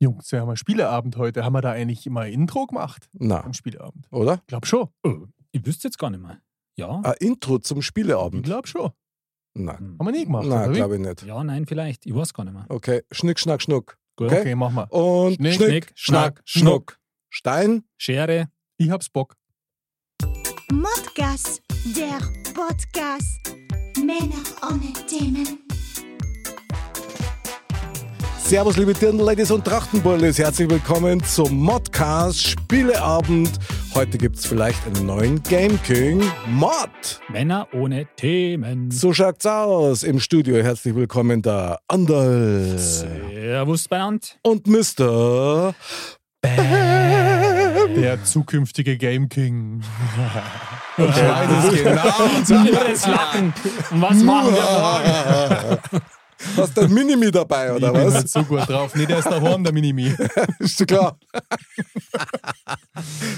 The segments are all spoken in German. Jungs, wir haben einen Spieleabend heute. Haben wir da eigentlich immer ein Intro gemacht Na, am Spieleabend? oder? Glaub schon. Ich wüsste jetzt gar nicht mehr. Ja? Ein Intro zum Ich Spieleabend? glaub schon. Nein. Hm. Haben wir nie gemacht. Nein, oder wie? glaube ich nicht. Ja, nein, vielleicht. Ich weiß gar nicht mehr. Okay, Schnick, Schnack, Schnuck. Gut. okay. machen wir. Und Schnick, Schnick, Schnick, Schnack, Schnack, Schnuck. Stein, Schere. Ich hab's Bock. Modcast, der Podcast. e Männer ohne Themen. Servus, liebe Dirndl-Ladies und Trachtenbullis. Herzlich willkommen zum Modcast Spieleabend. Heute gibt's vielleicht einen neuen Game King Mod. Männer ohne Themen. So schaut's aus. Im Studio herzlich willkommen da Anderl Servus benannt. und Mr. Der zukünftige Game King. Ich weiß es Irres Lachen. Und was machen wir morgen? Hast du ein Minimi dabei, ich oder bin was? halt so gut drauf. Nee, der ist daheim, der Minimi. Ist klar.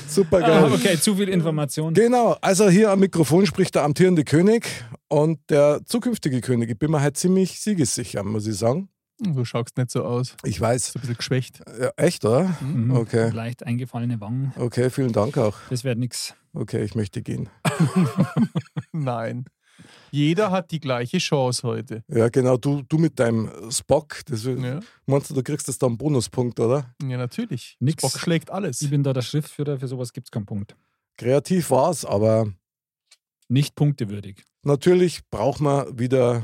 Super geil. Ah, okay, zu viel Information. Genau, also hier am Mikrofon spricht der amtierende König und der zukünftige König. Ich bin mir halt ziemlich siegessicher, muss ich sagen. Du schaust nicht so aus. Ich weiß. Ist ein bisschen geschwächt. Ja, echt, oder? Mhm. Okay. Leicht eingefallene Wangen. Okay, vielen Dank auch. Das wird nix. Okay, ich möchte gehen. Nein. Jeder hat die gleiche Chance heute. Ja, genau, du, du mit deinem Spock, das, Ja, meinst du, du kriegst das dann Bonuspunkt, oder? ja natürlich. Nix. Bock schlägt alles. Ich bin da der Schriftführer, für sowas gibt's keinen Punkt. Kreativ war's, aber Nicht punktewürdig. natürlich braucht man wieder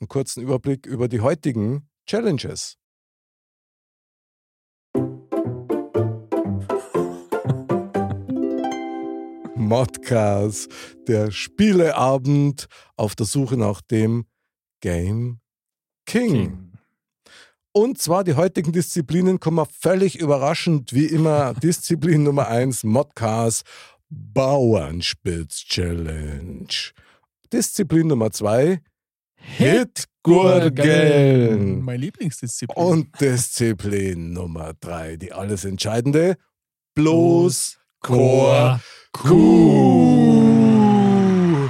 einen kurzen Überblick über die heutigen Challenges. Modcast, der Spieleabend auf der Suche nach dem Game King. Und zwar die heutigen Disziplinen kommen völlig überraschend, wie immer. Disziplin Nummer 1, Modcast, Bauernspitz-Challenge. Disziplin Nummer 2, Hitgurgeln. Ähm, Meine Lieblingsdisziplin. Hm. Und Disziplin Nummer 3, die alles entscheidende, bloß Chor. Kuh.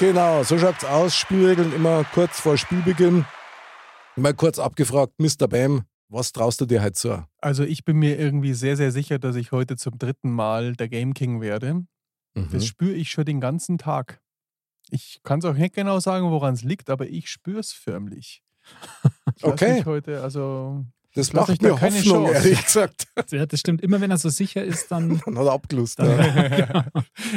Genau, so schaut's aus. Spielregeln immer kurz vor Spielbeginn. Mal kurz abgefragt, Mr. Bam, was traust du dir heute so? Also ich bin mir irgendwie sehr, sehr sicher, dass ich heute zum dritten Mal der Game King werde. Mhm. Das spüre ich schon den ganzen Tag. Ich kann es auch nicht genau sagen, woran es liegt, aber ich spüre es förmlich. Ich lass Okay. mich heute, also Das lass ich macht da mir keine Hoffnung, Chance. ehrlich gesagt. Ja, das stimmt. Immer wenn er so sicher ist, dann. Dann hat er abgelust. Ne?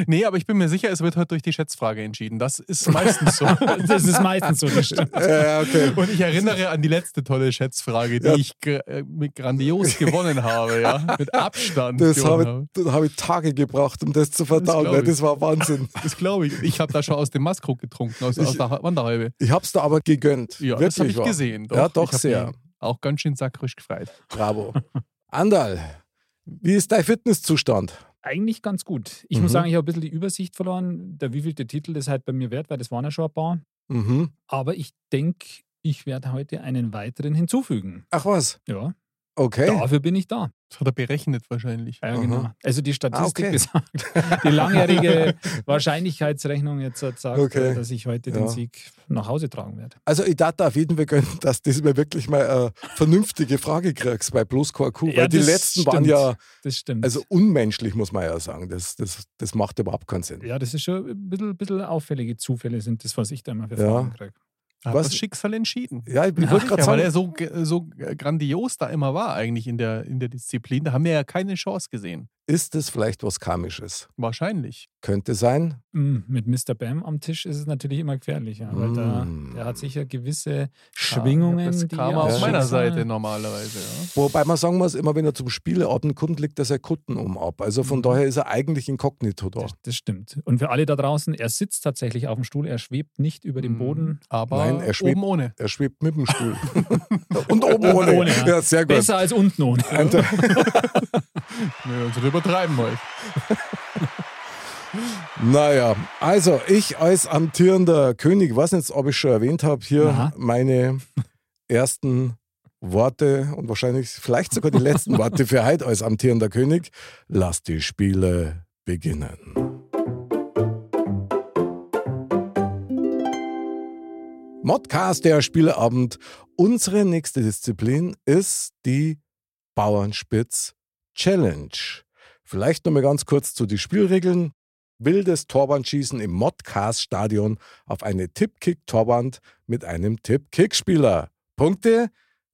nee, aber ich bin mir sicher, es wird heute durch die Schätzfrage entschieden. Das ist meistens so. Das ist meistens so, das stimmt. ja, okay. Und ich erinnere an die letzte tolle Schätzfrage, die Ja. ich gr- äh, mit grandios gewonnen habe, ja. Mit Abstand. Das gewonnen habe ich, das hab ich Tage gebraucht, um das zu verdauen. Genau. glaub ne? ich. das war Wahnsinn. Das glaube ich. Ich habe da schon aus dem Maskrug getrunken, aus, aus der Wanderhalbe. Ich hab's da aber gegönnt. Ja, Wirklich das habe ich wahr. gesehen. Doch. Ja, doch ich hab sehr. mich Auch ganz schön sakrisch gefreut. Bravo. Andal, wie ist dein Fitnesszustand? Eigentlich ganz gut. Ich Mhm. muss sagen, ich habe ein bisschen die Übersicht verloren, der wievielte Titel das halt bei mir wert, weil das waren ja schon ein paar. Mhm. Aber ich denke, ich werde heute einen weiteren hinzufügen. Ach was, Ja, okay. dafür bin ich da. Das hat er berechnet wahrscheinlich. Ja, Aha. genau. Also die Statistik Ah, okay. besagt, die langjährige Wahrscheinlichkeitsrechnung jetzt sagt, Okay. dass ich heute Ja. den Sieg nach Hause tragen werde. Also ich dachte auf jeden Fall gönnen, dass das mir wirklich mal eine vernünftige Frage kriegst bei Bloß KQ. Weil Ja, die das letzten waren stimmt. ja Das stimmt. also unmenschlich, muss man ja sagen. Das, das, das macht überhaupt keinen Sinn. ja, das ist schon ein bisschen, bisschen auffällige Zufälle sind das, was ich da immer für Ja. Fragen kriege. Hat Was- das Schicksal entschieden. Ja, ich, ich wollte gerade Ja, weil sagen, er so, ge- so grandios da immer war, eigentlich in der, in der Disziplin. Da haben wir ja keine Chance gesehen. ist das vielleicht was Karmisches? Wahrscheinlich. Könnte sein. Mm, Mit Mr. Bam am Tisch ist es natürlich immer gefährlicher, weil da, Mm. der hat sicher gewisse Ja, Schwingungen. Das die halt kam er auf aus meiner Schicksal- Seite normalerweise. Ja. Wobei man sagen muss, immer wenn er zum Spieleabend kommt, liegt er sein Kutten um ab. Also von Mhm. daher ist er eigentlich inkognito da. Das, das stimmt. Und für alle da draußen, er sitzt tatsächlich auf dem Stuhl, er schwebt nicht über dem Mhm. Boden. Aber Nein, er schwebt- oben ohne. Er schwebt mit dem Stuhl. Und oben ohne. ohne, ja. ja, sehr gut. Besser als unten ohne. Und, äh, Nö, uns übertreiben euch. naja, also ich als amtierender König, weiß nicht, ob ich schon erwähnt habe, hier Na. meine ersten Worte und wahrscheinlich vielleicht sogar die letzten Worte für heute als amtierender König. Lass die Spiele beginnen. Modcast, der Spieleabend. Unsere nächste Disziplin ist die Bauernspitz Challenge. Vielleicht nochmal ganz kurz zu den Spielregeln. Wildes Torwandschießen im Modcast-Stadion auf eine Tippkick-Torwand mit einem Tippkick-Spieler. Punkte.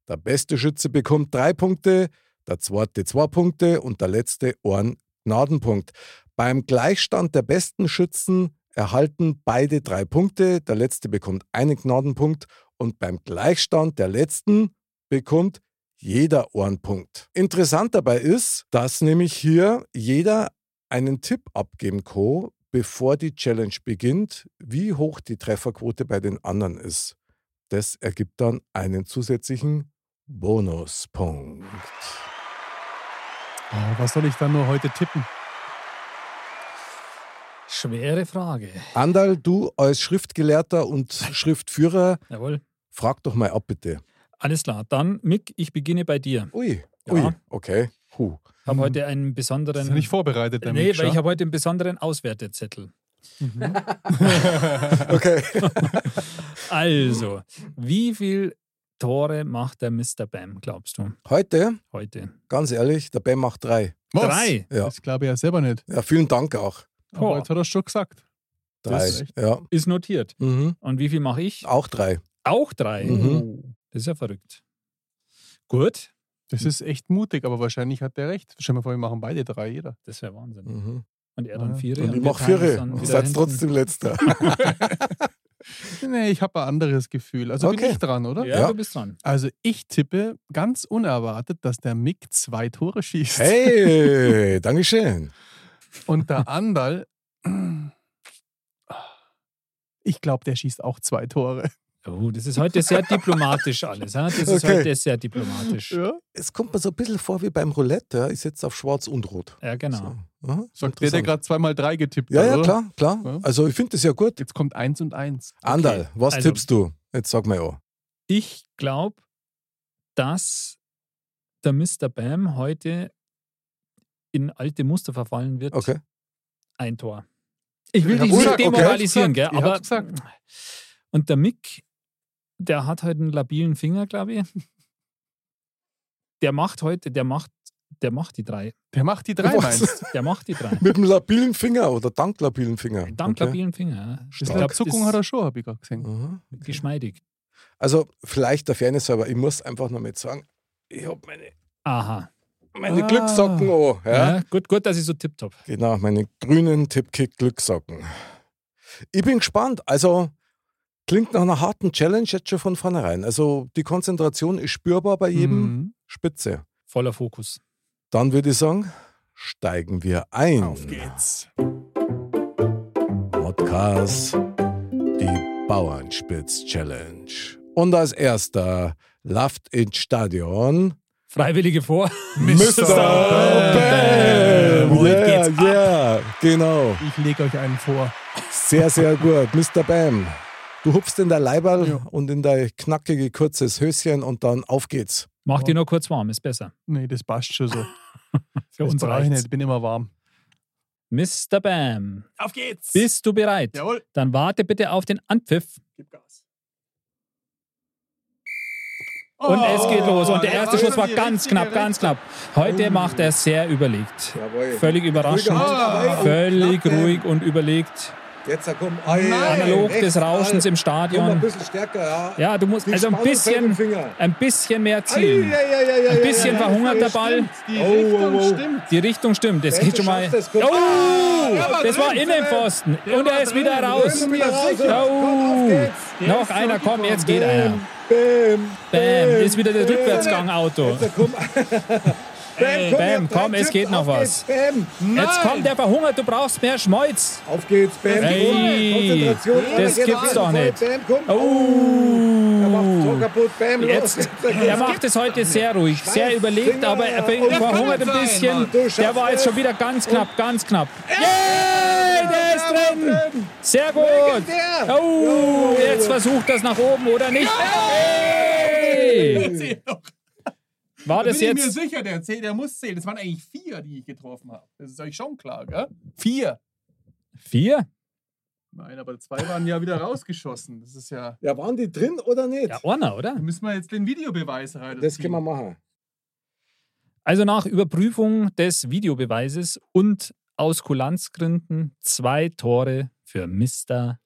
Der beste Schütze bekommt drei Punkte, der zweite zwei Punkte und der letzte einen Gnadenpunkt. Beim Gleichstand der besten Schützen erhalten beide drei Punkte, der letzte bekommt einen Gnadenpunkt und beim Gleichstand der letzten bekommt jeder einen Punkt. Interessant dabei ist, dass nämlich hier jeder einen Tipp abgeben kann, bevor die Challenge beginnt, wie hoch die Trefferquote bei den anderen ist. Das ergibt dann einen zusätzlichen Bonuspunkt. Ah, was soll ich dann nur heute tippen? Schwere Frage. Andal, du als Schriftgelehrter und Schriftführer, Jawohl. frag doch mal ab, bitte. Alles klar. Dann, Mick, ich beginne bei dir. Ui, Ja. ui, okay. Huh. Ich habe Hm. heute einen Bist besonderen. du nicht vorbereitet damit? nee, weil ich habe heute einen besonderen Auswertezettel. Okay. Also, wie viel Tore macht der Mr. Bam, glaubst du, Heute, heute? ganz ehrlich, der Ben macht drei. Was? Drei. Ja. Das glaube ich ja selber nicht. Ja, vielen Dank auch. Aber Boah. jetzt hat er es schon gesagt. Drei. Das ist echt- ja. Ist notiert. Mhm. Und wie viel mache ich? Auch drei. Auch drei. Mhm. Das ist ja verrückt. Gut, Das ist echt mutig, aber wahrscheinlich hat er recht. Stell dir mal vor, wir machen beide drei, jeder. das wäre Wahnsinn. Mhm. Und er dann Ja. vier. Und ich mach Vierer. Und seid trotzdem letzter. Nee, ich habe ein anderes Gefühl. Also Okay. bin ich dran, oder? Ja, Ja. du bist dran. Also ich tippe ganz unerwartet, dass der Mick zwei Tore schießt. Hey, Dankeschön. Und der Andal, ich glaube, der schießt auch zwei Tore. Oh, das ist heute sehr diplomatisch alles. Ha? Das ist Okay. heute sehr diplomatisch. Ja, Es kommt mir so ein bisschen vor wie beim Roulette. Ja. Ich setze auf schwarz und rot. genau. So. Aha, Sagt der, der interessant. gerade zweimal drei getippt Ja, hat, ja, oder? klar, klar. Ja. Also ich finde das ja gut. Jetzt kommt eins und eins. Andal, was also- tippst du? Jetzt sag mal ja. Ich glaube, dass der Mr. Bam heute in alte Muster verfallen wird. Okay. Ein Tor. Ich will Ich dich hab's nicht gesagt, okay. demoralisieren, Ich hab's gell? gesagt, ich Aber hab's gesagt. und der Mick, der hat heute einen labilen Finger, glaube ich. Der macht heute, der macht, der macht die drei. Der macht die drei, Was? meinst Der macht die drei. Mit dem labilen Finger oder dank labilen Finger. Dank okay. labilen Finger. du? Ich Eine glaub, Zuckung das hat er schon, habe ich gerade gesehen. Aha. ist geschmeidig. Also vielleicht der Fairness halber, ich muss einfach noch mal sagen, ich habe meine, Aha. meine Ah. Glückssocken an. Ja? Ja? gut, gut, dass ich so tipptopp. Genau, meine grünen Tipkick-Glückssocken. Ich bin gespannt. Also klingt nach einer harten Challenge jetzt schon von vornherein. Also die Konzentration ist spürbar bei jedem. Mhm. Spitze. Voller Fokus. Dann würde ich sagen, steigen wir ein. Auf geht's. Podcast, die Bauernspitz-Challenge. Und als erster Laft ins Stadion. Freiwillige vor. Mr. Bam! Bam. Heute Yeah, geht's ab. yeah, genau. Ich lege euch einen vor. Sehr, sehr gut. Mr. Bam, du hupfst in der Leiberl Ja. und in dein knackige, kurzes Höschen und dann auf geht's. Mach die noch kurz warm, ist besser. Nee, das passt schon so. Für das uns brauche ich reicht's. nicht, ich bin immer warm. Mr. Bam, Auf geht's! bist du bereit? Jawohl. Dann warte bitte auf den Anpfiff. Gib Gas. Und es geht los. Und der da erste war Schuss schon war Oh, die ganz richtige knapp, ganz knapp. Heute macht er sehr überlegt. Jawohl. Völlig überraschend. Hand. Völlig ruhig und überlegt. Jetzt komm. Analog des Rauschens im Stadion. bisschen stärker, Ja, du musst also ein bisschen, ein bisschen mehr zielen. Ein bisschen verhungert der Ball. Die Oh, Richtung oh, oh. stimmt. Die Richtung stimmt. Es Wenn geht du schon mal. schaffst, es kommt- Oh! Ah, der war Das war drin, in den Pfosten. Und er ist wieder raus. Drin, wieder raus. Komm, auf Oh! geht's. Noch einer, komm, jetzt geht einer. Bam, Bam! Ist wieder der bam. Rückwärtsgang-Auto. Jetzt komm. Bam, komm, ihr Bam, drei komm, es Typen, geht noch auf was. Geht's, bam. Jetzt kommt der verhungert, du brauchst mehr Schmolz. Auf geht's, Bam. Ey, Konzentration. das Alle, jetzt gibt's geht's doch voll. nicht. Bam, komm. Er macht so Oh! kaputt. Bam, los. Jetzt, er macht es heute sehr ruhig, sehr überlegt, aber er verhungert ein bisschen. Der war jetzt schon wieder ganz knapp, ganz knapp. Yay, der ist drin! Sehr gut! Oh, jetzt versucht das nach oben, oder nicht? Yay! War das bin ich mir jetzt... sicher, der, zählt, der muss zählen. Das waren eigentlich vier, die ich getroffen habe. Das ist euch schon klar, gell? Vier. Vier? Nein, aber zwei waren ja wieder rausgeschossen. Das ist ja. Ja, waren die drin oder nicht? Ja, einer, oder? Da müssen wir jetzt den Videobeweis rein. Das können wir machen. Also nach Überprüfung des Videobeweises und aus Kulanzgründen zwei Tore für Mr.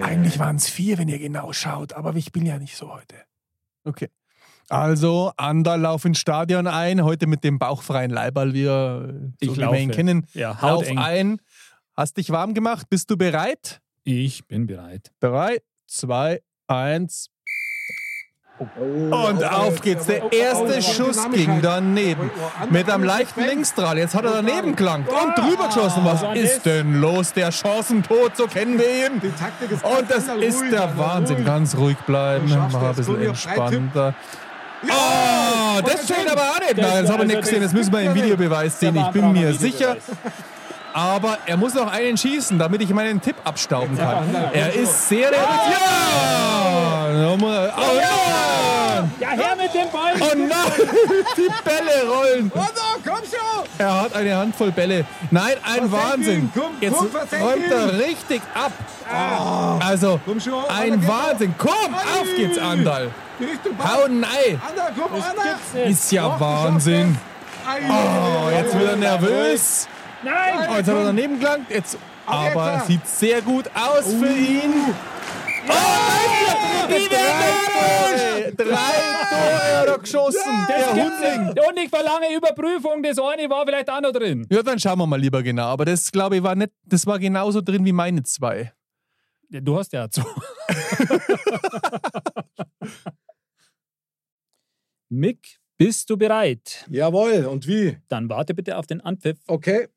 Eigentlich waren es vier, wenn ihr genau schaut, aber ich bin ja nicht so heute. Okay. Also, Anderlauf ins Stadion ein, heute mit dem bauchfreien Leiberl, wie wir, äh, so Ich wie wir ihn laufe. kennen. Ja, Lauf hauteng. ein, hast dich warm gemacht, bist du bereit? Ich bin bereit. Drei, zwei, eins. Und auf geht's. Der erste Schuss ging daneben. Mit einem leichten Linksdrall. Jetzt hat er daneben gelangt und drüber geschossen. Was Ah. ist denn los? Der Chancentod, so kennen wir ihn. Oh, Und das ist der Wahnsinn. Ganz ruhig bleiben. Du schaffst Mal ein das. bisschen Julia, drei entspannter. Oh, das steht aber auch nicht. Nein, das habe ich nicht gesehen. Das müssen wir im Videobeweis sehen. Ich bin mir sicher. Aber er muss noch einen schießen, damit ich meinen Tipp abstauben kann. Er ist sehr der. Ja! Nochmal. Oh nein! Ja, her mit dem Ball! Oh nein! Die Bälle rollen! komm schon! Er hat eine Handvoll Bälle. Nein, ein Versenk ihn, Wahnsinn. komm, komm, Jetzt versenk räumt ihn. er richtig ab. Also, Komm schon, Anna, ein geht Wahnsinn. Komm, Ei. auf geht's, Andal. Die Richtung Ball. Hau nein. Anna, komm, Anna! Ist ja Doch, Wahnsinn. Ei, Oh, jetzt wird er nervös. Nein! Oh, jetzt hat er daneben gelangt. Jetzt, aber jetzt. sieht sehr gut aus für ihn. Oh, die werden Drei Tore hat er geschossen. Der Hundling. Und ich verlange Überprüfung, das eine war vielleicht auch noch drin. Ja, dann schauen wir mal lieber genau. Aber das, glaube ich, war nicht, das war genauso drin wie meine zwei. Du hast ja zu. Mick, bist du bereit? Jawohl, und wie? Dann warte bitte auf den Anpfiff. Okay.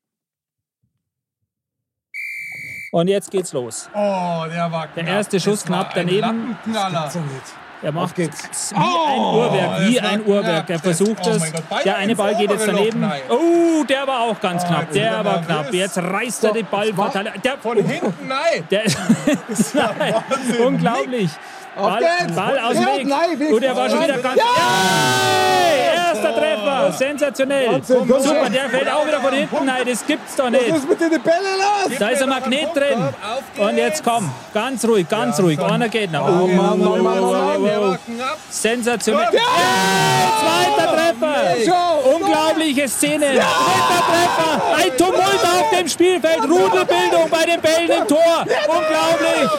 Und jetzt geht's los. Oh, der war Der erste Schuss knapp daneben. Knackenknaller. Er Auf macht geht's. wie ein Uhrwerk, wie das war ein Uhrwerk. Er knapp. versucht Oh mein es. Gott, beide Der eine ins Ball geht obere jetzt Loch, daneben. nein. Oh, der war auch ganz knapp. jetzt Der wird er war nervös. knapp. Jetzt reißt er den Ball fatal. Der Von hinten, nein. Der ist nein, unglaublich. Ball, geht's! Ball aus dem Ja, Weg. nein, Weg. Und er war schon wieder ganz. Ja! Erster Treffer. Sensationell. Wahnsinn, komm Super, schon. der fällt auch wieder von hinten. Nein, das gibt's doch nicht. Was ist mit den Bällen los? Da ist ein Magnet drin. Und jetzt komm. Ganz ruhig, ganz ruhig. Einer geht noch. Oh, Mann, oh Mann, oh Mann. Der war knapp. Sensationell. Ja! Zweiter Treffer. Unglaubliche Szene. Dritter Treffer. Ein Tumult auf dem Spielfeld. Rudelbildung bei den Bällen im Tor. Unglaublich.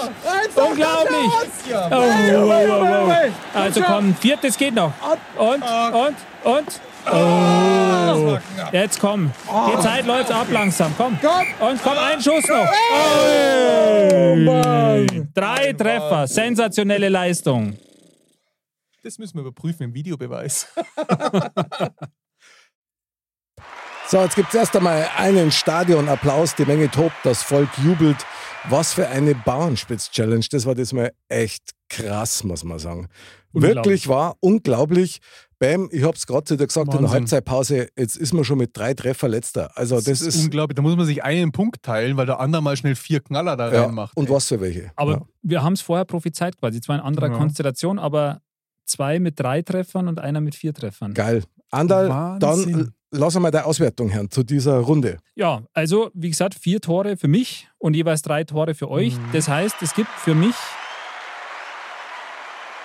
Unglaublich. Oh, wow, wow, wow. Also komm, viertes geht noch. Und, und, und. Oh. Jetzt komm. Die Zeit läuft ab langsam. Ah. Komm. Und komm, ein Schuss noch. Oh. Drei Treffer. Sensationelle Leistung. Das müssen wir überprüfen im Videobeweis. Oh, So, jetzt gibt es erst einmal einen Stadionapplaus. Die Menge tobt, das Volk jubelt. Was für eine Bauernspitz-Challenge. Das war diesmal echt krass, muss man sagen. Unglaublich. Wirklich war unglaublich. Bam, ich hab's gerade zu dir gesagt, in der Wahnsinn. Halbzeitpause, jetzt ist man schon mit drei Treffer letzter. Also das, ist, unglaublich. Da muss man sich einen Punkt teilen, weil der andere mal schnell vier Knaller da ja, reinmacht. und was für welche. Aber ja. wir haben es vorher prophezeit quasi. Zwar in anderer Ja. Konstellation, aber zwei mit drei Treffern und einer mit vier Treffern. Geil. Andal, Wahnsinn. dann lass einmal deine Auswertung hören zu dieser Runde. Ja, also wie gesagt, vier Tore für mich und jeweils drei Tore für euch. Mhm. Das heißt, es gibt für mich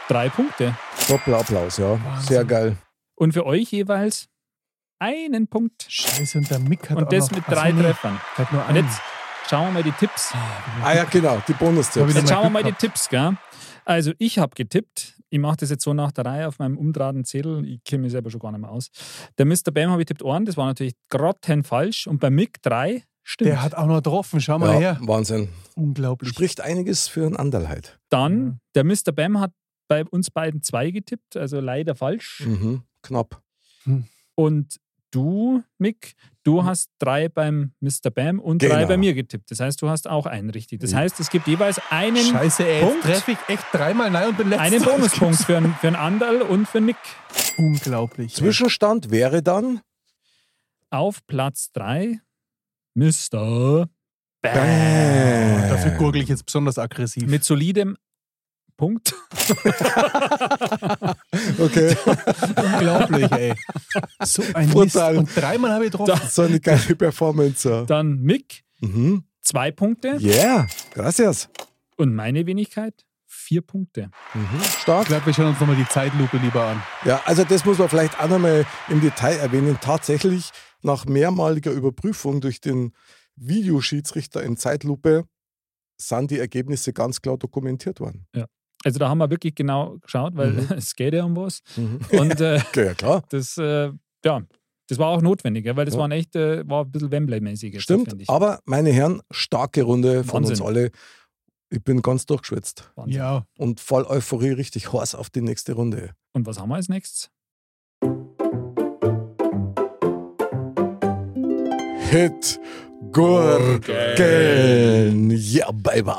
drei Punkte Doppelapplaus, ja. Wahnsinn. Sehr geil. und für euch jeweils einen Punkt. Scheiße, und der Mick hat auch Und das noch- mit Ach so, drei nee, Treffern. Hat nur Und einen. jetzt schauen wir mal die Tipps. Ah ja, genau, die Bonus-Tipps. Hab ich Jetzt noch schauen wir mal mal Glück die Tipps, gell? Also ich habe getippt. Ich mache das jetzt so nach der Reihe auf meinem umdrahten Zettel. Ich kenne mich selber schon gar nicht mehr aus. Der Mr. Bam habe ich tippt Ohren. Das war natürlich grottenfalsch. Und bei Mick drei stimmt. Der hat auch noch getroffen. Schau mal Ja, her. Wahnsinn. Unglaublich. Spricht einiges für einen Anderl halt. Dann, der Mr. Bam hat bei uns beiden zwei getippt. Also leider falsch. Mhm. Knapp. Und du, Mick, du hast drei beim Mr. Bam und drei Mhm. Genau. bei mir getippt. Das heißt, du hast auch einen richtig. Das Ja. heißt, es gibt jeweils einen, Scheiße, ey. Jetzt Punkt. treffe ich echt dreimal nein und bin letzter. einen Bonuspunkt für einen, für einen Anderl und für einen Mick. Unglaublich. Zwischenstand wäre dann Auf Platz 3 Ja, Oh, Mr. Äh, Dafür gurgel ich jetzt besonders aggressiv. mit solidem Punkt. okay. Unglaublich, ey. So ein Brutal. Mist. Und dreimal habe ich getroffen. so eine geile Performance. Ja. Dann Mick, Mhm. zwei Punkte Yeah, gracias. und meine Wenigkeit, vier Punkte. Mhm. Ich Stark. glaube, wir schauen uns nochmal die Zeitlupe lieber an. Ja, also das muss man vielleicht auch nochmal im Detail erwähnen. Tatsächlich nach mehrmaliger Überprüfung durch den Videoschiedsrichter in Zeitlupe sind die Ergebnisse ganz klar dokumentiert worden. Also da haben wir wirklich genau geschaut, weil Mhm. es geht ja um was. Mhm. Und äh, Okay, ja klar. das, äh, ja, das war auch notwendig, ja, weil das Ja. waren echt, äh, war ein bisschen Wembley-mäßig. jetzt, Stimmt. finde ich. Aber meine Herren, starke Runde von uns Wahnsinn. alle. Ich bin ganz durchgeschwitzt Wahnsinn. Ja, und voll Euphorie, richtig Horst auf die nächste Runde. Und was haben wir als nächstes? Hit Gurgeln. Ja, Baby.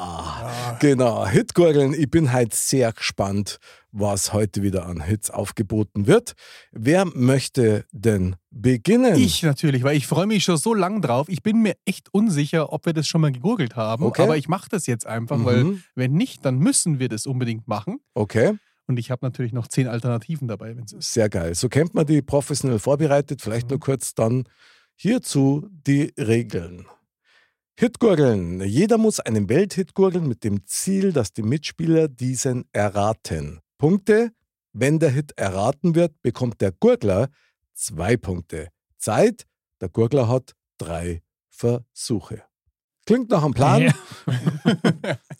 Genau, Hitgurgeln. Ich bin heute sehr gespannt, was heute wieder an Hits aufgeboten wird. Wer möchte denn beginnen? ich natürlich, weil ich freue mich schon so lang drauf. Ich bin mir echt unsicher, ob wir das schon mal gegurgelt haben. Okay. Aber ich mache das jetzt einfach, weil Mhm. wenn nicht, dann müssen wir das unbedingt machen. Okay, Und ich habe natürlich noch zehn Alternativen dabei, wenn es ist. sehr geil. So kennt man die professionell vorbereitet. Vielleicht Mhm. nur kurz dann hierzu die Regeln. Hitgurgeln. Jeder muss einen Welthit gurgeln mit dem Ziel, dass die Mitspieler diesen erraten. Punkte. Wenn der Hit erraten wird, bekommt der Gurgler zwei Punkte. Zeit. Der Gurgler hat drei Versuche. Klingt nach einem Plan. Ja.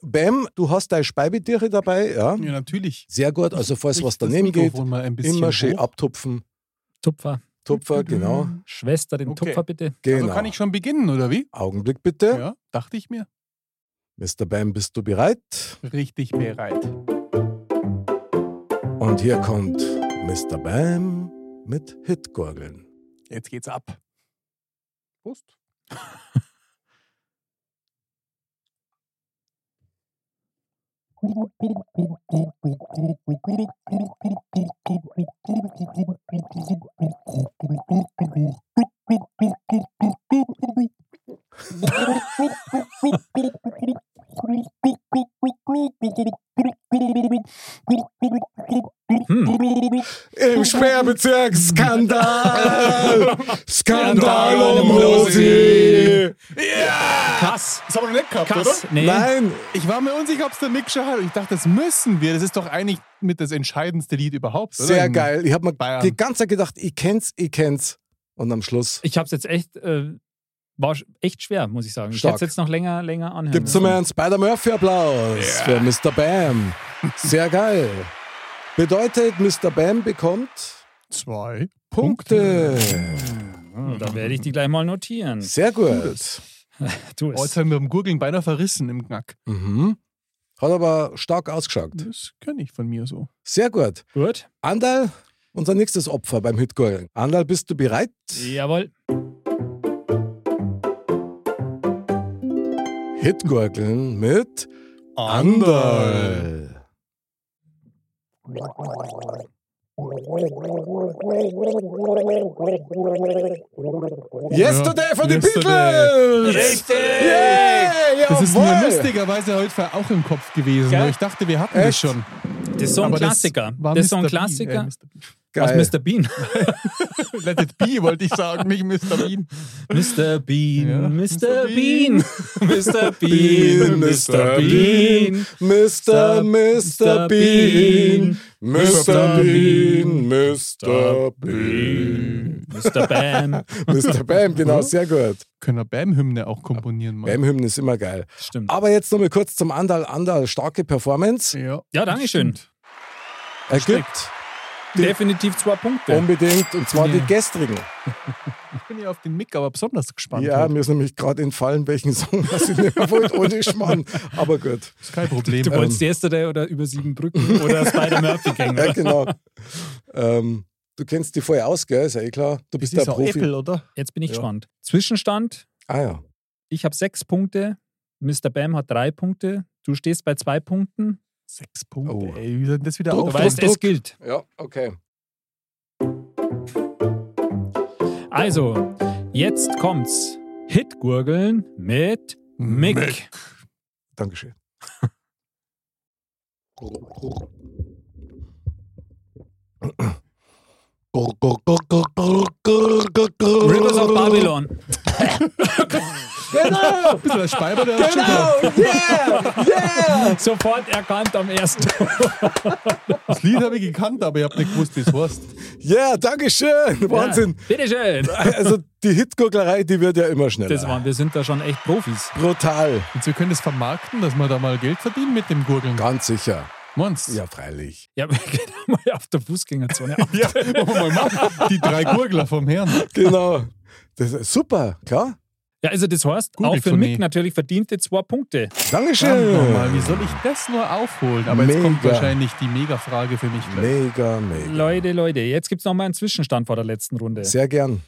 Bam, du hast deine Speibetiere dabei, ja? Ja, natürlich. Sehr gut, also falls Ich- Mhm. was das daneben geht, Mikrofon mal ein bisschen immer schön hoch. abtupfen. Tupfer, Tupfer, genau. Schwester, den Okay. Tupfer bitte. genau. Also kann ich schon beginnen, oder wie? Augenblick bitte. Ja, dachte ich mir. Mr. Bam, bist du bereit? Richtig bereit. Und hier kommt Mr. Bam mit Hitgurgeln. Jetzt geht's ab. Prost. Hm. Im Sperrbezirk Skandal! Skandal um Rosi! Kass, Das haben wir noch nicht gehabt, Kass, nee. Nein, Ich war mir unsicher, ob es der Mick schon hat. Ich dachte, das müssen wir. Das ist doch eigentlich mit das entscheidendste Lied überhaupt, oder? sehr geil. Ich habe mir Bayern. die ganze Zeit gedacht, ich kenn's, ich kenn's. Und am Schluss Ich habe es jetzt echt, äh, war sch- echt schwer, muss ich sagen. Ich Stark. hätte jetzt noch länger, länger anhören Gibt's müssen. einmal einen Spider-Murphy-Applaus für Mr. Bam. Sehr geil. Bedeutet, Mr. Bam bekommt Zwei. Punkte. Hm, Da werde ich die gleich mal notieren. Sehr gut. Tu Oh, jetzt es. haben wir beim Gurgeln beinahe verrissen im Knack. Mhm. Hat aber stark ausgeschaut. Das kann ich von mir so. Sehr gut. Gut. Andal, unser nächstes Opfer beim Hitgurgeln. Andal, bist du bereit? Jawohl. Hitgurgeln mit Andal. Yesterday von den Yesterday. Beatles! Richtig! Yeah, Das ist mir jawohl. lustigerweise heute auch im Kopf gewesen. Gell? weil Ich dachte, wir hatten das Echt? schon. Das ist so ein Aber Klassiker. war Das ist so ein Mr. Bean, Klassiker. äh, Mr. Geil. Aus Mr. Bean. Bean. Let it be, wollte ich sagen, nicht Mr. Bean. Mr. Bean, Ja. Mr. Mr. Bean, Bean. Mr. Bean, Mr. Bean. Mr. Mr. Bean, Mr. Bean, Mr. Bean. Mr. Bam. Mr. Bam, genau, sehr gut. Können wir Bam-Hymne auch komponieren, Mann. Bam-Hymnen ist immer geil. Stimmt. Aber jetzt nochmal kurz zum Andal. Andal, starke Performance. Ja, Ja, Dankeschön. Stimmt. Ergibt Definitiv zwei Punkte. unbedingt, und zwar die Ja. gestrigen. Ich bin ja auf den Mick aber besonders gespannt. Ja, heute. mir ist nämlich gerade entfallen, welchen Song das ich nehmen wollte, ohne Schmarrn. Aber gut. ist kein Problem. Äh, Du wolltest Yesterday oder über sieben Brücken oder Spider-Murphy-Gang. Ja, genau. ähm, du kennst die vorher aus, gell? Ist ja eh klar. Du das bist der ist auch Profi. Apple, oder? Jetzt bin ich Ja. gespannt. Zwischenstand: Ah ja. Ich habe sechs Punkte, Mr. Bam hat drei Punkte, du stehst bei zwei Punkten. Sechs Punkte, Oh. ey. Wie soll denn das wieder Druck, Du auf? weißt, es gilt. Ja, okay. Also, jetzt kommt's: Hitgurgeln mit Mick. Dankeschön. Rivers of Babylon. Genau! bisschen als Speiber, der hat schon Genau! gehabt. Yeah! Yeah! Sofort erkannt am ersten Tor. Das Lied habe ich gekannt, aber ich habe nicht gewusst, wie es heißt. Yeah, Dankeschön! Wahnsinn! Bitteschön. Also die Hitgurglerei, die wird ja immer schneller. Das waren, wir sind da schon echt Profis. brutal. Jetzt, wir können das vermarkten, dass wir da mal Geld verdienen mit dem Gurgeln. Ganz sicher. Monst. Ja, freilich. Ja, wir gehen mal auf der Fußgängerzone. Ja, wollen wir mal machen. Die drei Gurgler vom Herrn. Genau. Das ist super, klar. Ja, also das heißt, Gut, auch ich für von Mick nie. natürlich verdiente zwei Punkte. Verdammt Dankeschön. nochmal, wie soll ich das nur aufholen? Aber jetzt kommt Mega. wahrscheinlich die Mega-Frage für mich. gleich. Mega, mega. Leute, Leute, jetzt gibt es nochmal einen Zwischenstand vor der letzten Runde. Sehr gern.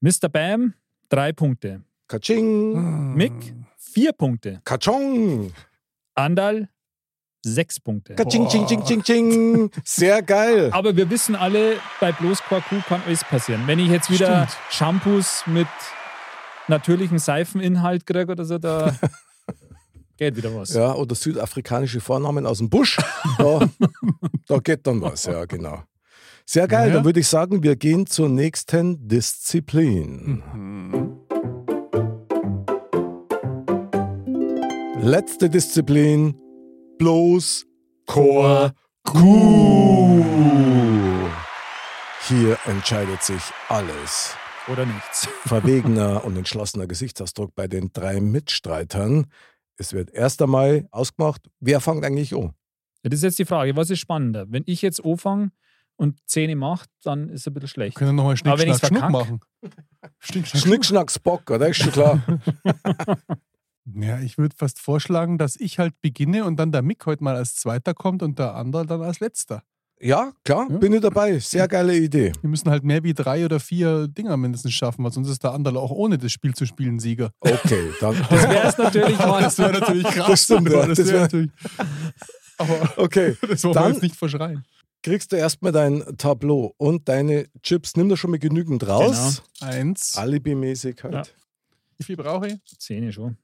Mr. Bam, drei Punkte. Ah. Kaching, Mick, vier Punkte. Kachong, Andal, sechs Punkte. Kaching, ching, ching, ching, ching. Sehr geil. Aber wir wissen alle, bei bloß Quaku kann alles passieren. Wenn ich jetzt wieder Shampoos mit natürlichem Seifeninhalt kriege oder so, da geht wieder was. Ja, oder südafrikanische Vornamen aus dem Busch. Da, da geht dann was, ja, genau. Sehr geil, Ja. dann würde ich sagen, wir gehen zur nächsten Disziplin. Letzte Disziplin, bloß Chor Kuh. Hier entscheidet sich alles. Oder nichts. Verwegener und entschlossener Gesichtsausdruck bei den drei Mitstreitern. Es wird erst einmal ausgemacht, wer fängt eigentlich an? Ja, Das ist jetzt die Frage, was ist spannender? Wenn ich jetzt anfange und Zähne mache, dann ist es ein bisschen schlecht. Können wir nochmal Schnick, Aber wenn ich's Schnack, Schnuck verkack- machen. Schnick, Schnack, Schnick, schnack, Spock, oder? Ist schon klar. Ja, ich würde fast vorschlagen, dass ich halt beginne und dann der Mick heute mal als Zweiter kommt und der andere dann als Letzter. Ja, klar, Ja. bin ich dabei. Sehr geile Idee. Wir müssen halt mehr wie drei oder vier Dinger mindestens schaffen, weil sonst ist der andere auch ohne das Spiel zu spielen Sieger. Okay, dann. Das wäre es natürlich mal. Das wäre natürlich krass. Das stimmt, ja. aber das Das wäre wär- natürlich. Aber Okay, das wollen wir Dann- jetzt nicht verschreien. kriegst du erstmal dein Tableau und deine Chips. Nimm da schon mal genügend raus. Eins. Ah. Alibimäßig halt. Wie viel brauche ich? Zähne schon.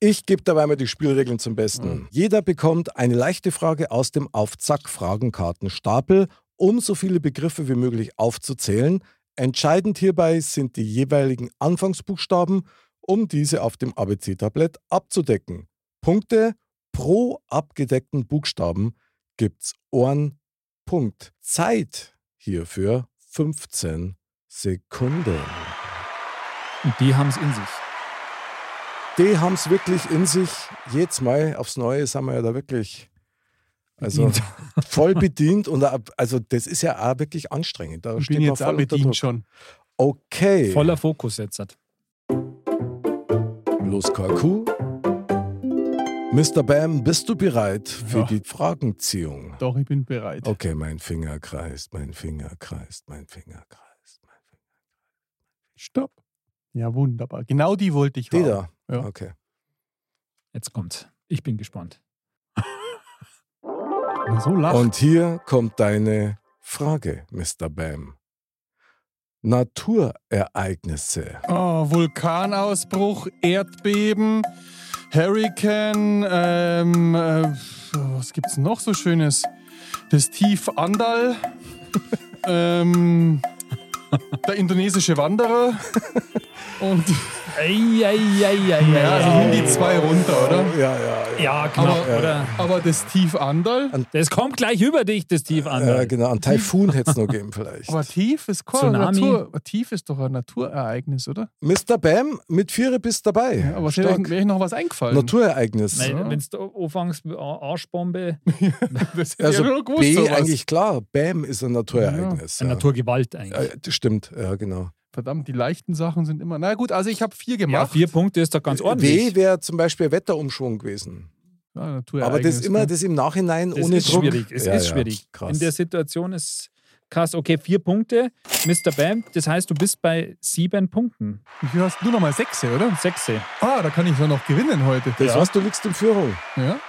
Ich gebe dabei mal die Spielregeln zum Besten. Jeder bekommt eine leichte Frage aus dem Aufzack-Fragenkartenstapel, um so viele Begriffe wie möglich aufzuzählen. Entscheidend hierbei sind die jeweiligen Anfangsbuchstaben, um diese auf dem ABC-Tablett abzudecken. Punkte pro abgedeckten Buchstaben gibt's einen Punkt. Zeit hierfür 15 Sekunden. Und die haben es in sich. Die haben es wirklich in sich. Jedes Mal aufs Neue sind wir ja da wirklich also Bedient. voll bedient. Und ab- also das ist ja auch wirklich anstrengend. Da Ich steht bin man jetzt voll auch unter bedient Druck. schon. Okay. Voller Fokus jetzt. Hat. Los, Kaku. Mr. Bam, bist du bereit für Ja. die Fragenziehung? Doch, ich bin bereit. Okay, mein Finger kreist, mein Finger kreist, mein Finger kreist. Mein Finger. Stopp. Ja, wunderbar. Genau die wollte ich Die haben. da? Ja. Okay. Jetzt kommt. Ich bin gespannt. Na, So lacht. Und hier kommt deine Frage, Mr. Bam. Naturereignisse. Oh, Vulkanausbruch, Erdbeben, Hurricane, ähm, äh, was gibt's noch so Schönes? Das Tief Andal, ähm, der indonesische Wanderer und ja, also Ja, sind die zwei runter, oder? Ja, ja, ja. ja knapp, Aber- oder? Aber das Tief Andal, Das kommt gleich über dich, das Tief an. Äh, genau, ein Taifun hätte es noch geben vielleicht. aber Tief ist kein Tsunami. Natur, Tief ist doch ein Naturereignis, oder? Mr. Bam, mit Viere bist dabei. Ja, aber wäre Stark. euch wär euch noch was eingefallen? Naturereignis. Wenn so. du anfängst, mit A- Arschbombe, das hätte Also ich ja noch gewusst, B sowas. eigentlich klar. Bam ist ein Naturereignis. eine Ja. Naturgewalt eigentlich. Äh, das stimmt, ja genau. Verdammt, die leichten Sachen sind immer. Na gut, also ich habe vier Ja, gemacht. vier Punkte ist doch Äh, ganz W ordentlich. wäre zum Beispiel Wetterumschwung gewesen. Ja, Aber das Naturereignis, immer ne? das im Nachhinein Das ohne ist Druck. schwierig. Es Ja, ist ja, schwierig. Krass. In der Situation ist krass. Okay, vier Punkte. Mr. Bam, das heißt, du bist bei sieben Punkten. Du hast nur noch mal Sechse, oder? Sechse. Ah, da kann ich ja noch gewinnen heute. das heißt, du liegst in Führung. Ja.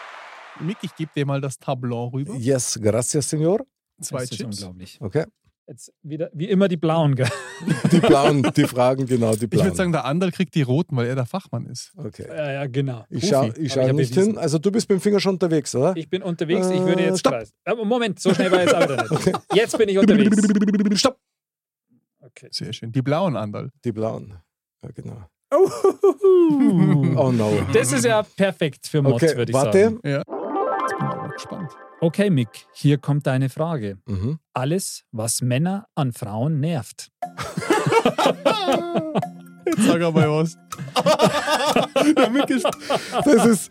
Mick, ich gebe dir mal das Tableau rüber. Yes, gracias, senor. Zwei das ist Chips. unglaublich. Okay. Jetzt wieder, wie immer die Blauen, gell? Die blauen, die Fragen, genau, die Ich blauen. würde sagen, der andere kriegt die roten, weil er der Fachmann ist. okay. Ja, ja, genau. Ich Profi. schaue Hab ich schau ja nicht bewiesen. hin. Also du bist mit dem Finger schon unterwegs, oder? Ich bin unterwegs, ich Äh, würde jetzt stopp. kreisen. Aber Moment, so schnell war jetzt auch wieder nicht. Jetzt bin ich unterwegs. Stopp! Okay. Sehr schön. Die blauen Anderl. Die blauen. Ja, genau. Oh. Oh no. Das ist ja perfekt für Mods, Okay, würde ich sagen. warte. Jetzt bin ich aber gespannt. Okay, Mick, hier kommt deine Frage. Mhm. Alles, was Männer an Frauen nervt. Jetzt sag aber was. Das ist,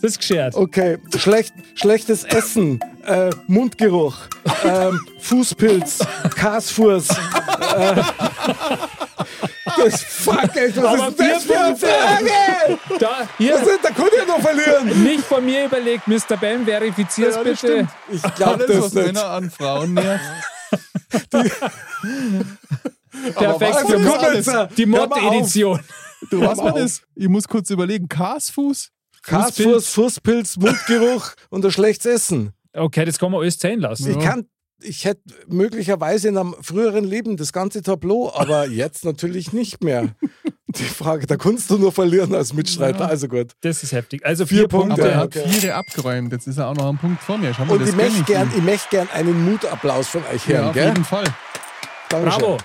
Das ist geschert. okay, schlecht, schlechtes Essen, äh, Mundgeruch, ähm, Fußpilz, Kasfuß. Äh, das fuck, ey, was Aber ist das vier für eine Punkte. Frage? Da, Das hier, ist, da konnte ich ja noch verlieren. nicht von mir überlegt, Mr. Ben, verifizier's Ja, das bitte. stimmt. Ich glaube Alles, was das nicht. Männer an Frauen nervt. Perfekt was für ist Mods. alles? Die Hör mal auf. Mod-Edition. Du, was war auf. das? Ich muss kurz überlegen. Karsfuß? Kasfuß, Fußpilz, Mundgeruch und ein schlechtes Essen. Okay, das kann man alles zählen lassen. Ich kann, ich hätte möglicherweise in einem früheren Leben das ganze Tableau, aber jetzt natürlich nicht mehr. Die Frage, da kannst du nur verlieren als Mitstreiter. Also gut. Das ist heftig. Also Vier vier, Punkte. Punkte. Aber er hat okay. vier abgeräumt. Jetzt ist er auch noch am Punkt vor mir. Schau mal, Und Oh, das ich möchte kenn gern, nicht. ich möchte gern einen Mutapplaus von euch Ja, hören, auf gell? jeden Fall. Dankeschön. Bravo.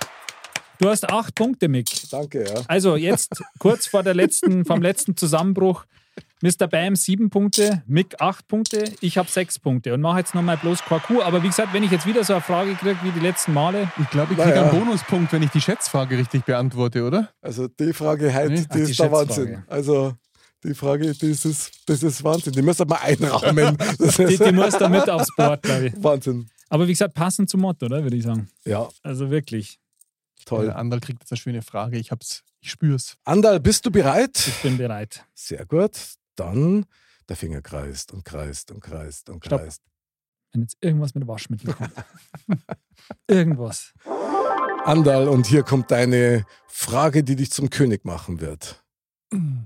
Du hast acht Punkte, Mick. Danke, ja. Also jetzt kurz vor der letzten, vom letzten Zusammenbruch. Mr. Bam sieben Punkte, Mick acht Punkte, ich habe sechs Punkte und mache jetzt nochmal bloß Quarku. Aber wie gesagt, wenn ich jetzt wieder so eine Frage kriege wie die letzten Male, Ich glaube, ich kriege Naja. einen Bonuspunkt, wenn ich die Schätzfrage richtig beantworte, oder? Also die Frage heute, Nee, ah, die ach, die ist der Schätzfrage. Wahnsinn. Also die Frage, die ist, das- das ist Wahnsinn. Die müssen wir einrahmen. Das die, ist die muss da mit aufs Board, glaube ich. Wahnsinn. Aber wie gesagt, passend zum Motto, oder? Würde ich sagen. Ja, Also wirklich, toll. Der andere kriegt jetzt eine schöne Frage. Ich hab's, ich spür's. Andal, bist du bereit? bin bereit. Sehr gut. Dann der Finger kreist und kreist und kreist und Stopp. kreist. Wenn jetzt irgendwas mit Waschmittel kommt. irgendwas. Andal, und hier kommt deine Frage, die dich zum König machen wird. Mm.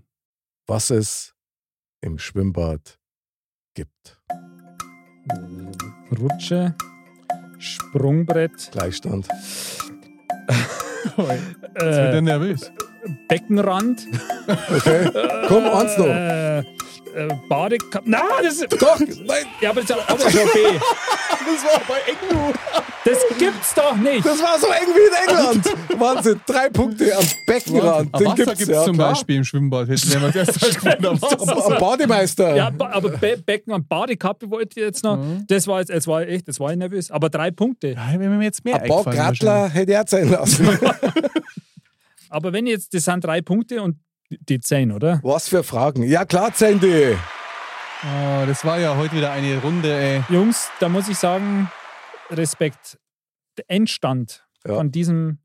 Was es im Schwimmbad gibt. Rutsche, Sprungbrett, Gleichstand. Jetzt wird er äh, nervös. Beckenrand. Okay. Komm, eins noch. Äh, äh, Badekap. Na, das ist. Doch, nein, Ja, aber das ist aber schon okay. das war bei England. Das gibt's doch nicht. Das war so eng wie in England. Wahnsinn, drei Punkte am Beckenrand. Wasser Den gibt's, gibt's, ja, zum klar. Beispiel im Schwimmbad. Hätten wir halt mal erst gewundert. Aber ein Bademeister. Ja, ba- aber Be Becken und Badekappe wollte ich jetzt noch. Mhm. Das war jetzt, jetzt war ich echt, das war ich nervös. Aber drei Punkte. Ja, wenn mir jetzt mehr ein paar eingefallen wäre schon. Gratler hätte er sein lassen. Aber wenn jetzt, das sind drei Punkte und die zehn, oder? Was für Fragen. Ja, klar, Sandy. Oh, das war ja heute wieder eine Runde, ey. Jungs, da muss ich sagen, Respekt. Der Endstand Ja. von diesem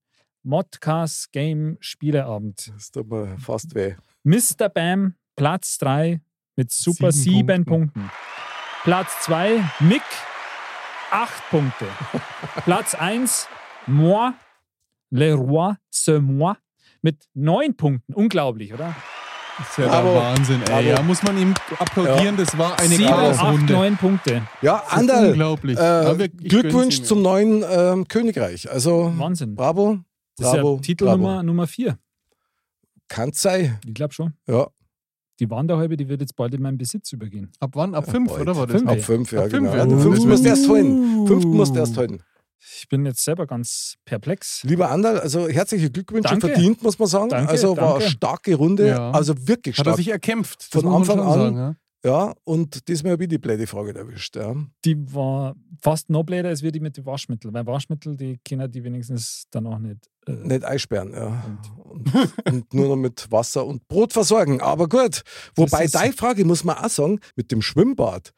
Modcast Game Spieleabend. Das tut mir fast weh. Mr. Bam, Platz 3 mit super Sieben 7 Punkten. Punkten. Platz 2, Mick, 8 Punkte. Platz 1, Moi, Le Roi, c'est moi, mit 9 Punkten. Unglaublich, oder? Das ist ja Bravo. der Wahnsinn, ey. Bravo. Ja, muss man ihm applaudieren. Das war eine 7, 8, Chaosrunde. 9 Punkte. Ja, ist Anderl, unglaublich. Aber Äh, ich gönn's Glückwunsch ihm, zum neuen ähm, Königreich. Also, Wahnsinn. bravo. Das ist bravo, ja Titelnummer bravo. Nummer 4. Kann's sein. Ich glaube schon. Ja, Die Wanderhalbe, die wird jetzt bald in meinen Besitz übergehen. Ab wann? Ab fünf, bald. oder war das? Fünf. ab Okay. fünf, ja, Ab fünf, genau. ja. Ja, den fünften Uh. musst du erst holen. Fünften musst du erst holen. Ich bin jetzt selber ganz perplex. Lieber Anderl, also herzliche Glückwünsche Danke. verdient, muss man sagen. Danke, also war danke. eine starke Runde, Ja. also wirklich Hat er stark. sich erkämpft. Von muss man Anfang schon an. Sagen, ja. Ja, und diesmal habe ich die blöde Frage erwischt. Ja. Die war fast noch blöder als wir die mit den Waschmitteln. Weil Waschmittel, die Kinder, die wenigstens dann auch nicht. Äh, Nicht einsperren, ja. Und, und nur noch mit Wasser und Brot versorgen. Aber gut, wobei ist- deine Frage, muss man auch sagen, mit dem Schwimmbad.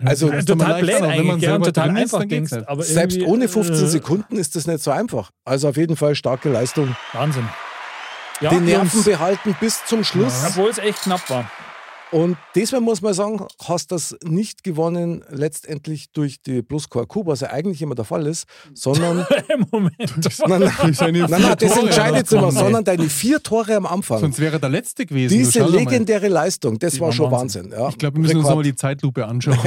Also, Das Ja, ist doch mal total blöd leichter, wenn man eigentlich, ja, und selber total drin ist, einfach dann geht's denkst. nicht. Aber Selbst irgendwie, ohne 15 äh, Sekunden ist das nicht so einfach. Also auf jeden Fall starke Leistung. Wahnsinn. Ja, die Nerven Jungs, behalten bis zum Schluss. Obwohl es echt knapp war. Und diesmal muss man sagen, hast das nicht gewonnen letztendlich durch die Pluscore Q, was ja eigentlich immer der Fall ist, sondern Im Moment. nein, nein, Durch seine nein, nein, das vier Tore entscheidet immer, rauskommen, ey. sondern deine vier Tore am Anfang. Sonst wäre er der Letzte gewesen. du Diese schau doch mal. legendäre Leistung, das Die war war schon Wahnsinn. Wahnsinn. Ja, Ich glaube, wir müssen uns Rekord. nochmal die Zeitlupe anschauen.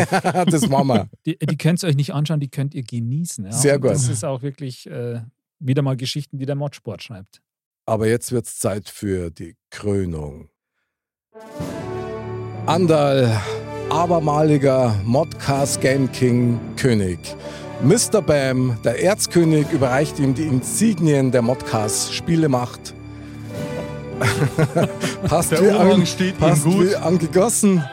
das machen wir. Die, die könnt ihr euch nicht anschauen, die könnt ihr genießen. Ja? Sehr Und gut. Das ist auch wirklich äh, wieder mal Geschichten, die der Modsport schreibt. Aber jetzt wird's Zeit für die Krönung. Andal, abermaliger Modcast Game King König. Mr. Bam, der Erzkönig, überreicht ihm die Insignien der Modcast Spielemacht. Passt, Der wie, Umhang an, steht ihm passt gut. wie angegossen.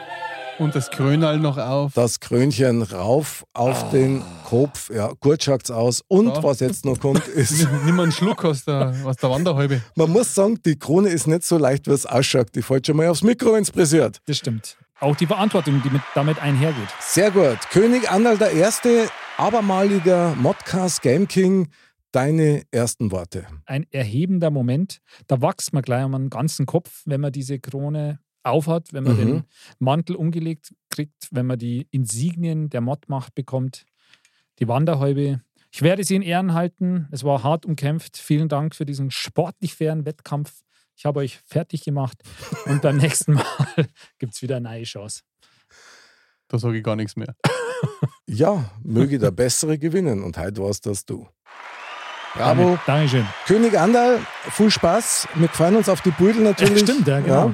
Und das Krönal noch auf. Das Krönchen rauf auf den Kopf. Ja, gut schaut's aus. Und Ah. So. was jetzt noch kommt, ist, Nimm mal einen Schluck aus der, aus der Wanderhalbe. man muss sagen, die Krone ist nicht so leicht, wie es ausschaut. Die fällt schon mal aufs Mikro, wenn's brisiert. Das stimmt. Auch die Verantwortung, die mit, damit einhergeht. Sehr gut. König Anhalt I., abermaliger Modcast Game King, deine ersten Worte. Ein erhebender Moment. Da wächst man gleich um den ganzen Kopf, wenn man diese Krone aufhat, wenn man Mhm. den Mantel umgelegt kriegt, wenn man die Insignien der Mottmacht bekommt, die Wanderhäube. Ich werde sie in Ehren halten. Es war hart umkämpft. Vielen Dank für diesen sportlich fairen Wettkampf. Ich habe euch fertig gemacht und beim nächsten Mal gibt es wieder eine neue Chance. Da sage ich gar nichts mehr. Ja, möge der Bessere gewinnen. Und heute war's das du. Bravo. Danke- Dankeschön. König Andal, viel Spaß. Wir freuen uns auf die Beutel natürlich. Ja, stimmt, ja, genau.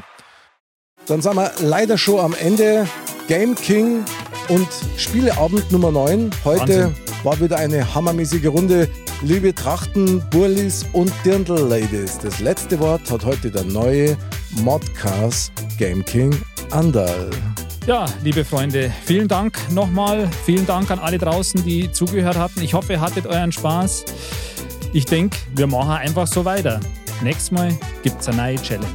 Dann sind wir leider schon am Ende. Game King und Spieleabend Nummer 9. Heute Wahnsinn. war wieder eine hammermäßige Runde. Liebe Trachten, Burlis und Dirndl-Ladies, das letzte Wort hat heute der neue Modcast Game King Andal. Ja, liebe Freunde, vielen Dank nochmal. Vielen Dank an alle draußen, die zugehört hatten. Ich hoffe, ihr hattet euren Spaß. Ich denke, wir machen einfach so weiter. Nächstes Mal gibt es eine neue Challenge.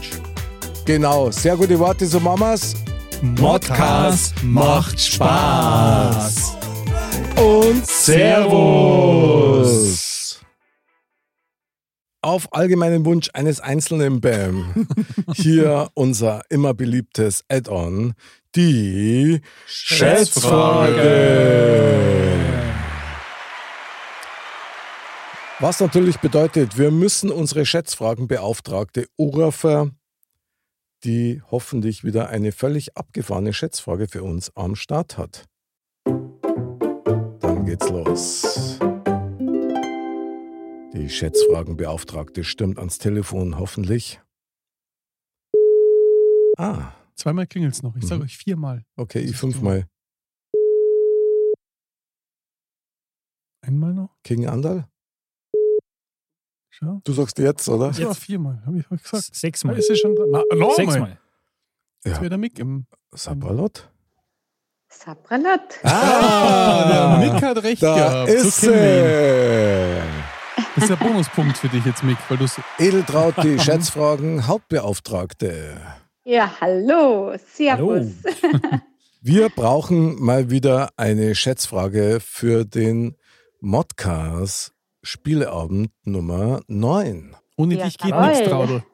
Genau, sehr gute Worte, so Mamas. Modcast macht Spaß. und Servus. Auf allgemeinen Wunsch eines Einzelnen Bam. Hier unser immer beliebtes Add-on, die Schätzfrage. Was natürlich bedeutet, wir müssen unsere Schätzfragenbeauftragte Urafer, die hoffentlich wieder eine völlig abgefahrene Schätzfrage für uns am Start hat. Dann geht's los. Die Schätzfragenbeauftragte stimmt ans Telefon, hoffentlich. Ah, Zweimal klingelt es noch. Ich sage Mhm. euch viermal. okay, ich fünfmal. Einmal noch? King Andal? Schau. Du sagst jetzt, oder? Das war viermal, habe ich euch gesagt. Da Sechsmal. ist sie schon dran. Na, noch mal. Sechsmal. Jetzt wäre der Mick im. Sabalot? Sabralat. Ah, der Mick hat recht Da gehabt. ist so kennen sie! wir ihn. Das ist der Bonuspunkt für dich jetzt, Mick, weil du Edeltraut, die Schätzfragen Hauptbeauftragte. Ja, hallo. Servus. Wir brauchen mal wieder eine Schätzfrage für den Modcast Spieleabend Nummer 9. ohne Ja, dich geht jawohl. nichts, Traudel.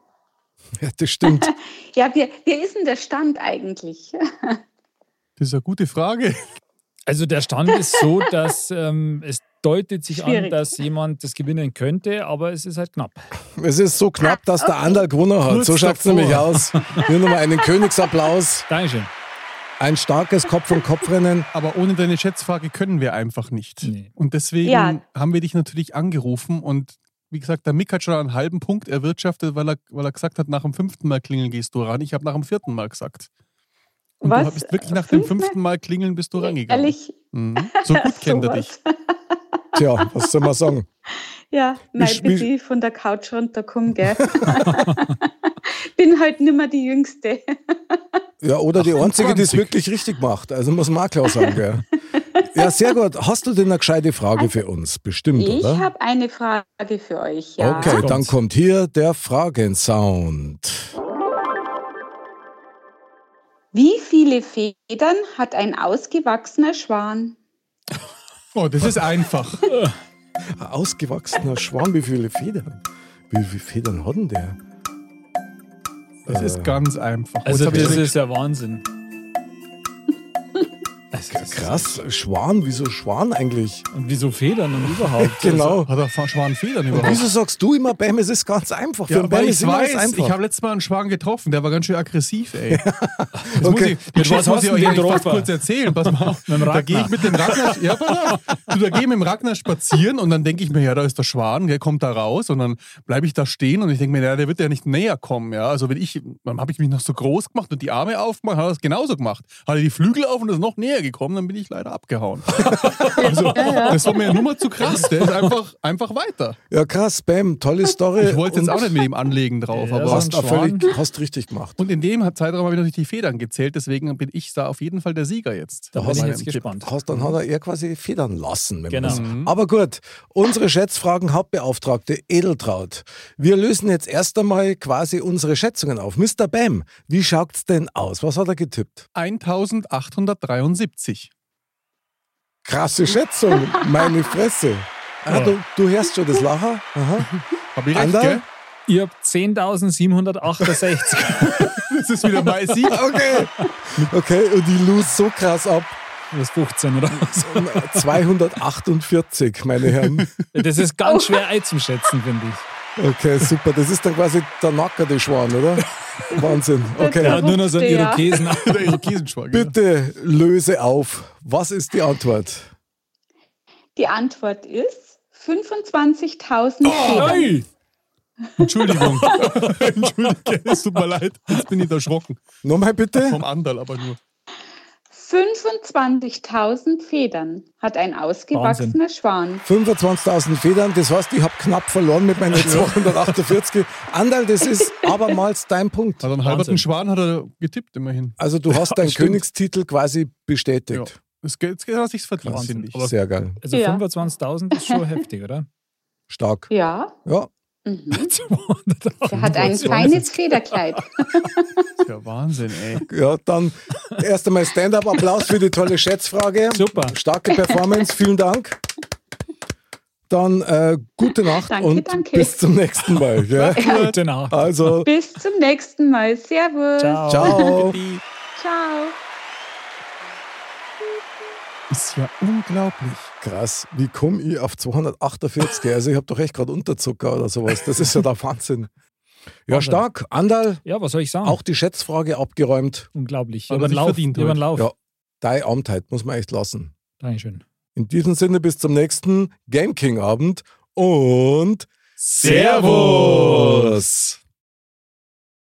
Ja, das stimmt. Ja, wie, wie ist denn der Stand eigentlich? Das ist eine gute Frage. Also der Stand ist so, dass ähm, es deutet sich an, Schwierig. dass jemand das gewinnen könnte, aber es ist halt knapp. Es ist so knapp, dass der Anderl gewonnen hat. Kurz So schaut es davor. nämlich aus. Hier nochmal einen Königsapplaus. Dankeschön. Ein starkes Kopf- und Kopfrennen. Aber ohne deine Schätzfrage können wir einfach nicht. Nee. Und deswegen Ja. haben wir dich natürlich angerufen und wie gesagt, der Mick hat schon einen halben Punkt erwirtschaftet, weil er, weil er gesagt hat, nach dem fünften Mal klingeln gehst du ran. Ich habe nach dem vierten Mal gesagt. Und du Was? bist wirklich nach dem Fünfmal? fünften Mal klingeln bist du rangegangen. Ehrlich? Mhm. So gut kennt er dich. sowas. Tja, was soll man sagen? Ja, nein, Ich- bitte von der Couch runterkommen, gell? Bin halt nimmer die Jüngste. Ja, oder die einzige, die es 28. wirklich richtig macht. Also muss man auch klar sagen, gell? Ja, sehr gut. Hast du denn eine gescheite Frage für uns? Bestimmt, Ich oder? habe eine Frage für euch. Ja. Hm, Okay, dann kommt hier der Fragensound. Wie viele Federn hat ein ausgewachsener Schwan? Oh, das ist einfach. Ein ausgewachsener Schwarm, wie viele Federn? Wie viele Federn hat denn der? Das ist ganz einfach. Äh. Also Jetzt hab ich das den- ist der Wahnsinn. Das ist- Krass, Schwan, wieso Schwan eigentlich? Und wieso Federn und überhaupt? Genau. hat er Fa- Schwanfedern überhaupt? Wieso sagst du immer, Bam, es ist ganz einfach? Für Ja, einen Bam weil ist ich immer alles weiß, einfach. ich habe letztes Mal einen Schwan getroffen, der war ganz schön aggressiv, ey. Das muss Okay. ich, die Geschichte was muss hast ich du euch den eigentlich fast getroffen? kurz erzählen. Pass mal auf. Mit dem da gehe ich Ragnar. mit dem Ragnar, ja, pass auf. Du, da gehe ich mit dem Ragnar spazieren und dann denke ich mir, ja, da ist der Schwan, der kommt da raus und dann bleibe ich da stehen und ich denke mir, ja, der wird ja nicht näher kommen, ja. Also wenn ich, dann habe ich mich noch so groß gemacht und die Arme aufgemacht, hat er das genauso gemacht. Hatte die Flügel auf und ist noch näher gekommen, dann bin ich leider abgehauen. also, das war mir ja nur mal zu krass. Der ist einfach, einfach weiter. Ja, krass, Spam, tolle Story. Ich wollte jetzt und auch nicht mit ihm anlegen drauf, Ja, aber. das Hast, ist du ein Schwan. völlig, hast richtig gemacht. Und in dem Zeitraum habe ich natürlich die Federn gezählt, deswegen bin ich da auf jeden Fall der Sieger jetzt. Da bin ich Bei jetzt meinem Tipp. gespannt. Hast, dann hat er eher quasi federn lassen. Wenn Genau. man's- Aber gut, unsere Schätzfragen Hauptbeauftragte Edeltraut. Wir lösen jetzt erst einmal quasi unsere Schätzungen auf. Mr. Bam, wie schaut's denn aus? Was hat er getippt? 1873. Krasse Schätzung, meine Fresse. Ah, du, du hörst schon das Lachen. Aha. Hab ich recht, Anderl? gell? Ihr habt 10.768. Das ist wieder mein Sieg. Okay. Okay, und die lose so krass ab. das 15 oder was? 248, meine Herren. Das ist Oh. ganz schwer einzuschätzen, finde ich. Okay, super. Das ist dann quasi der nackerte Schwan, oder? Wahnsinn. Er Okay. hat nur noch so einen Ja. Irokesen. Der Irokesenschwager. Bitte löse auf. Was ist die Antwort? Die Antwort ist 25.000 Federn. Ey! Entschuldigung. Entschuldige, es tut mir leid. Jetzt bin ich erschrocken. Nochmal bitte? Vom Anderl aber nur. 25.000 Federn hat ein ausgewachsener Schwan. 25.000 Federn, das heißt, ich habe knapp verloren mit meinen 248. Anderl, das ist abermals dein Punkt. Also einen halberten Schwan hat er getippt, immerhin. Also du hast deinen stimmt. Königstitel quasi Ja. bestätigt. Es geht, jetzt hat sich's verdient, Wahnsinn. finde ich. Aber- Sehr geil. Also Ja. 25.000 ist schon heftig, oder? Stark. Ja, Ja, mhm. 200.000. der hat ein feines Federkleid. Das ist ja Wahnsinn, ey. ja dann erst einmal Stand-up-Applaus für die tolle Schätzfrage. Super. Starke Performance, vielen Dank. Dann äh, gute Nacht Danke, und danke. bis zum nächsten Mal. Gell? Gute Nacht. Also, Bis zum nächsten Mal. Servus. ciao. Ciao. Ist ja unglaublich. Krass, wie komme ich auf 248? Also ich habe doch echt gerade Unterzucker oder sowas. Das ist ja der Wahnsinn. Ja, Wahnsinn. Ah. stark. Andal, Ja, was soll ich sagen? auch die Schätzfrage abgeräumt. unglaublich. Hat er Über den sich Lauf. verdient Über den heute. Lauf. Ja, deine Amtheit muss man echt lassen. Dankeschön. In diesem Sinne, bis zum nächsten Game King Abend und Servus!